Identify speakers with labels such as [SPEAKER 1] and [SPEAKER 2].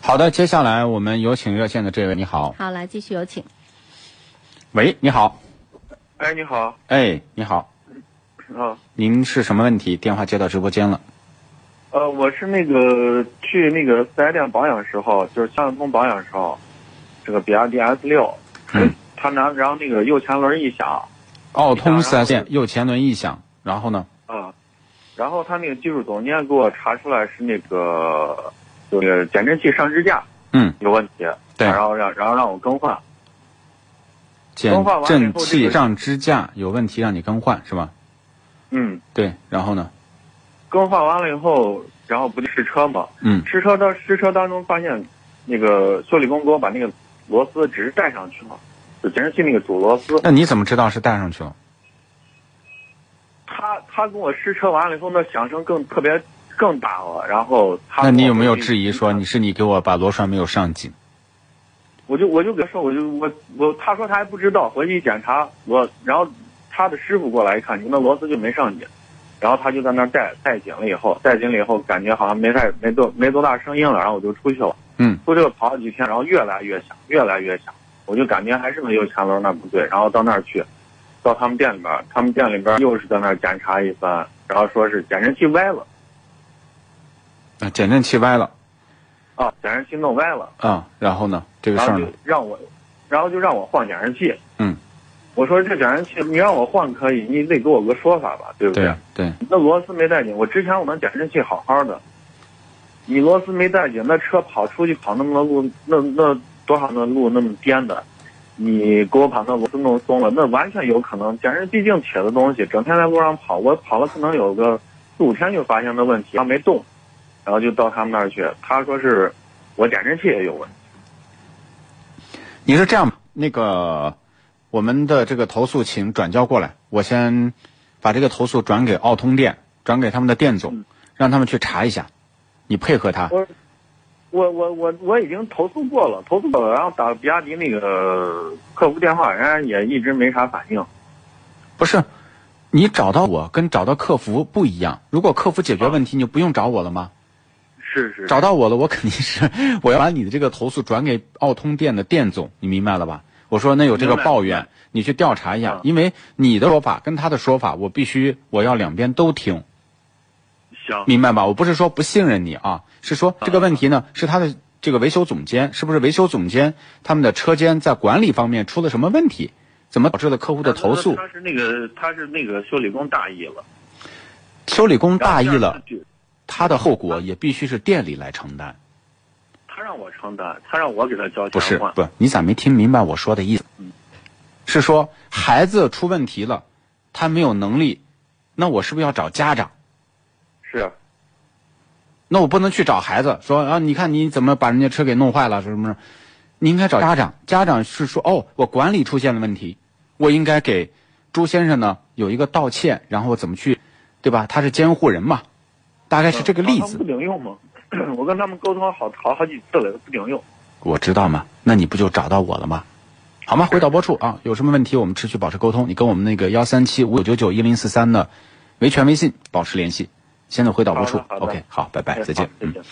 [SPEAKER 1] 好的，接下来我们有请热线的这位，你好，
[SPEAKER 2] 好，来继续有请。
[SPEAKER 1] 喂，你好，
[SPEAKER 3] 哎，你好，
[SPEAKER 1] 哎，你好，
[SPEAKER 3] 啊，
[SPEAKER 1] 您是什么问题？电话接到直播间了，
[SPEAKER 3] 呃，我是那个去那个四 S 店保养的时候，就是向日通保养的时候，这个比亚迪 S 六、
[SPEAKER 1] 嗯
[SPEAKER 3] 他拿然后那个右前轮异响，
[SPEAKER 1] 奥哦通四 S 店右前轮异响，然后呢？
[SPEAKER 3] 啊，然后他那个技术总监给我查出来是那个就是减震器上支架
[SPEAKER 1] 嗯，
[SPEAKER 3] 有问题，
[SPEAKER 1] 对
[SPEAKER 3] 然后让然后让我更换，
[SPEAKER 1] 减
[SPEAKER 3] 更换完以后
[SPEAKER 1] 震器
[SPEAKER 3] 这个
[SPEAKER 1] 让支架有问题，让你更换是吧？
[SPEAKER 3] 嗯，
[SPEAKER 1] 对，然后呢？
[SPEAKER 3] 更换完了以后，然后不就试车嘛，
[SPEAKER 1] 嗯，
[SPEAKER 3] 试车当试车当中发现，那个修理工给我把那个螺丝只是带上去了，就减震器那个主螺丝。
[SPEAKER 1] 那你怎么知道是带上去了？
[SPEAKER 3] 他他跟我试车完了以后，那响声更特别更大了。然后
[SPEAKER 1] 那
[SPEAKER 3] 他跟我
[SPEAKER 1] 你有没有质疑说你是你给我把螺栓没有上紧？
[SPEAKER 3] 我就我就给他说，我就我我他说他还不知道，回去一检查我，然后他的师傅过来一看，你那螺丝就没上紧，然后他就在那儿带带紧了以后，带紧了以后感觉好像没太没多没多大声音了，然后我就出去了。
[SPEAKER 1] 嗯，
[SPEAKER 3] 出去了跑了几天，然后越来越响，越来越响，我就感觉还是没有前轮那不对，然后到那儿去，到他们店里边儿，他们店里边儿又是在那儿检查一番，然后说是减震器歪了
[SPEAKER 1] 啊，减震器歪了
[SPEAKER 3] 啊，减震器弄歪了。
[SPEAKER 1] 啊，然后呢？这个
[SPEAKER 3] 然
[SPEAKER 1] 事儿
[SPEAKER 3] 后就
[SPEAKER 1] 呢？
[SPEAKER 3] 让我，然后就让我换减震器。
[SPEAKER 1] 嗯，
[SPEAKER 3] 我说这减震器你让我换可以，你得给我个说法吧，对不
[SPEAKER 1] 对啊对，
[SPEAKER 3] 那螺丝没带紧，我之前我那减震器好好的，你螺丝没带紧，那车跑出去跑那么多路，那那多少那路那么颠的，你给我把那螺丝弄松了，那完全有可能。减震毕竟铁的东西，整天在路上跑，我跑了可能有个四五天就发现那问题，然后没动，然后就到他们那儿去，他说是我减震器也有问题。
[SPEAKER 1] 你是这样吧，那个我们的这个投诉请转交过来，我先把这个投诉转给奥通店，转给他们的店总
[SPEAKER 3] 嗯，
[SPEAKER 1] 让他们去查一下，你配合他。
[SPEAKER 3] 我我我我我已经投诉过了，投诉过了，然后打比亚迪那个客服电话，人家也一直没啥反应。
[SPEAKER 1] 不是，你找到我跟找到客服不一样，如果客服解决问题，你就不用找我了吗？
[SPEAKER 3] 是是，
[SPEAKER 1] 找到我了，我肯定是我要把你的这个投诉转给奥通店的店总，你明白了吧？我说那有这个
[SPEAKER 3] 明白
[SPEAKER 1] 抱
[SPEAKER 3] 明
[SPEAKER 1] 怨
[SPEAKER 3] 白，
[SPEAKER 1] 你去调查一下
[SPEAKER 3] 嗯，
[SPEAKER 1] 因为你的说法跟他的说法，我必须我要两边都听。
[SPEAKER 3] 行，
[SPEAKER 1] 明白吧？我不是说不信任你啊，是说这个问题呢，是他的这个维修总监，是不是维修总监他们的车间在管理方面出了什么问题？怎么导致了客户的投诉？
[SPEAKER 3] 他是那个他是那个修理工大意了，
[SPEAKER 1] 修理工大意
[SPEAKER 3] 然后
[SPEAKER 1] 了，
[SPEAKER 3] 第二次去。
[SPEAKER 1] 他的后果也必须是店里来承担，
[SPEAKER 3] 他让我承担，他让我给他交
[SPEAKER 1] 不是
[SPEAKER 3] 钱换。
[SPEAKER 1] 不？你咋没听明白我说的意思？是说孩子出问题了，他没有能力，那我是不是要找家长？
[SPEAKER 3] 是，啊
[SPEAKER 1] 那我不能去找孩子说啊，你看你怎么把人家车给弄坏了，什么什么？你应该找家长，家长是说哦，我管理出现了问题，我应该给朱先生呢有一个道歉，然后我怎么去，对吧？他是监护人嘛，大概是这个例
[SPEAKER 3] 他们嗯不
[SPEAKER 1] 子，
[SPEAKER 3] 顶用吗？ 我跟他们沟通好好好几次了，不顶用。
[SPEAKER 1] 我知道嘛，那你不就找到我了吗？好吗？回导播处啊，有什么问题我们持续保持沟通，你跟我们那个幺三七五九九九一零四三的维权微信保持联系。现在回导播处
[SPEAKER 3] 好的好的
[SPEAKER 1] ，OK，好，拜拜，
[SPEAKER 3] 哎
[SPEAKER 1] 再见
[SPEAKER 3] 好，
[SPEAKER 1] 嗯
[SPEAKER 3] 再。见。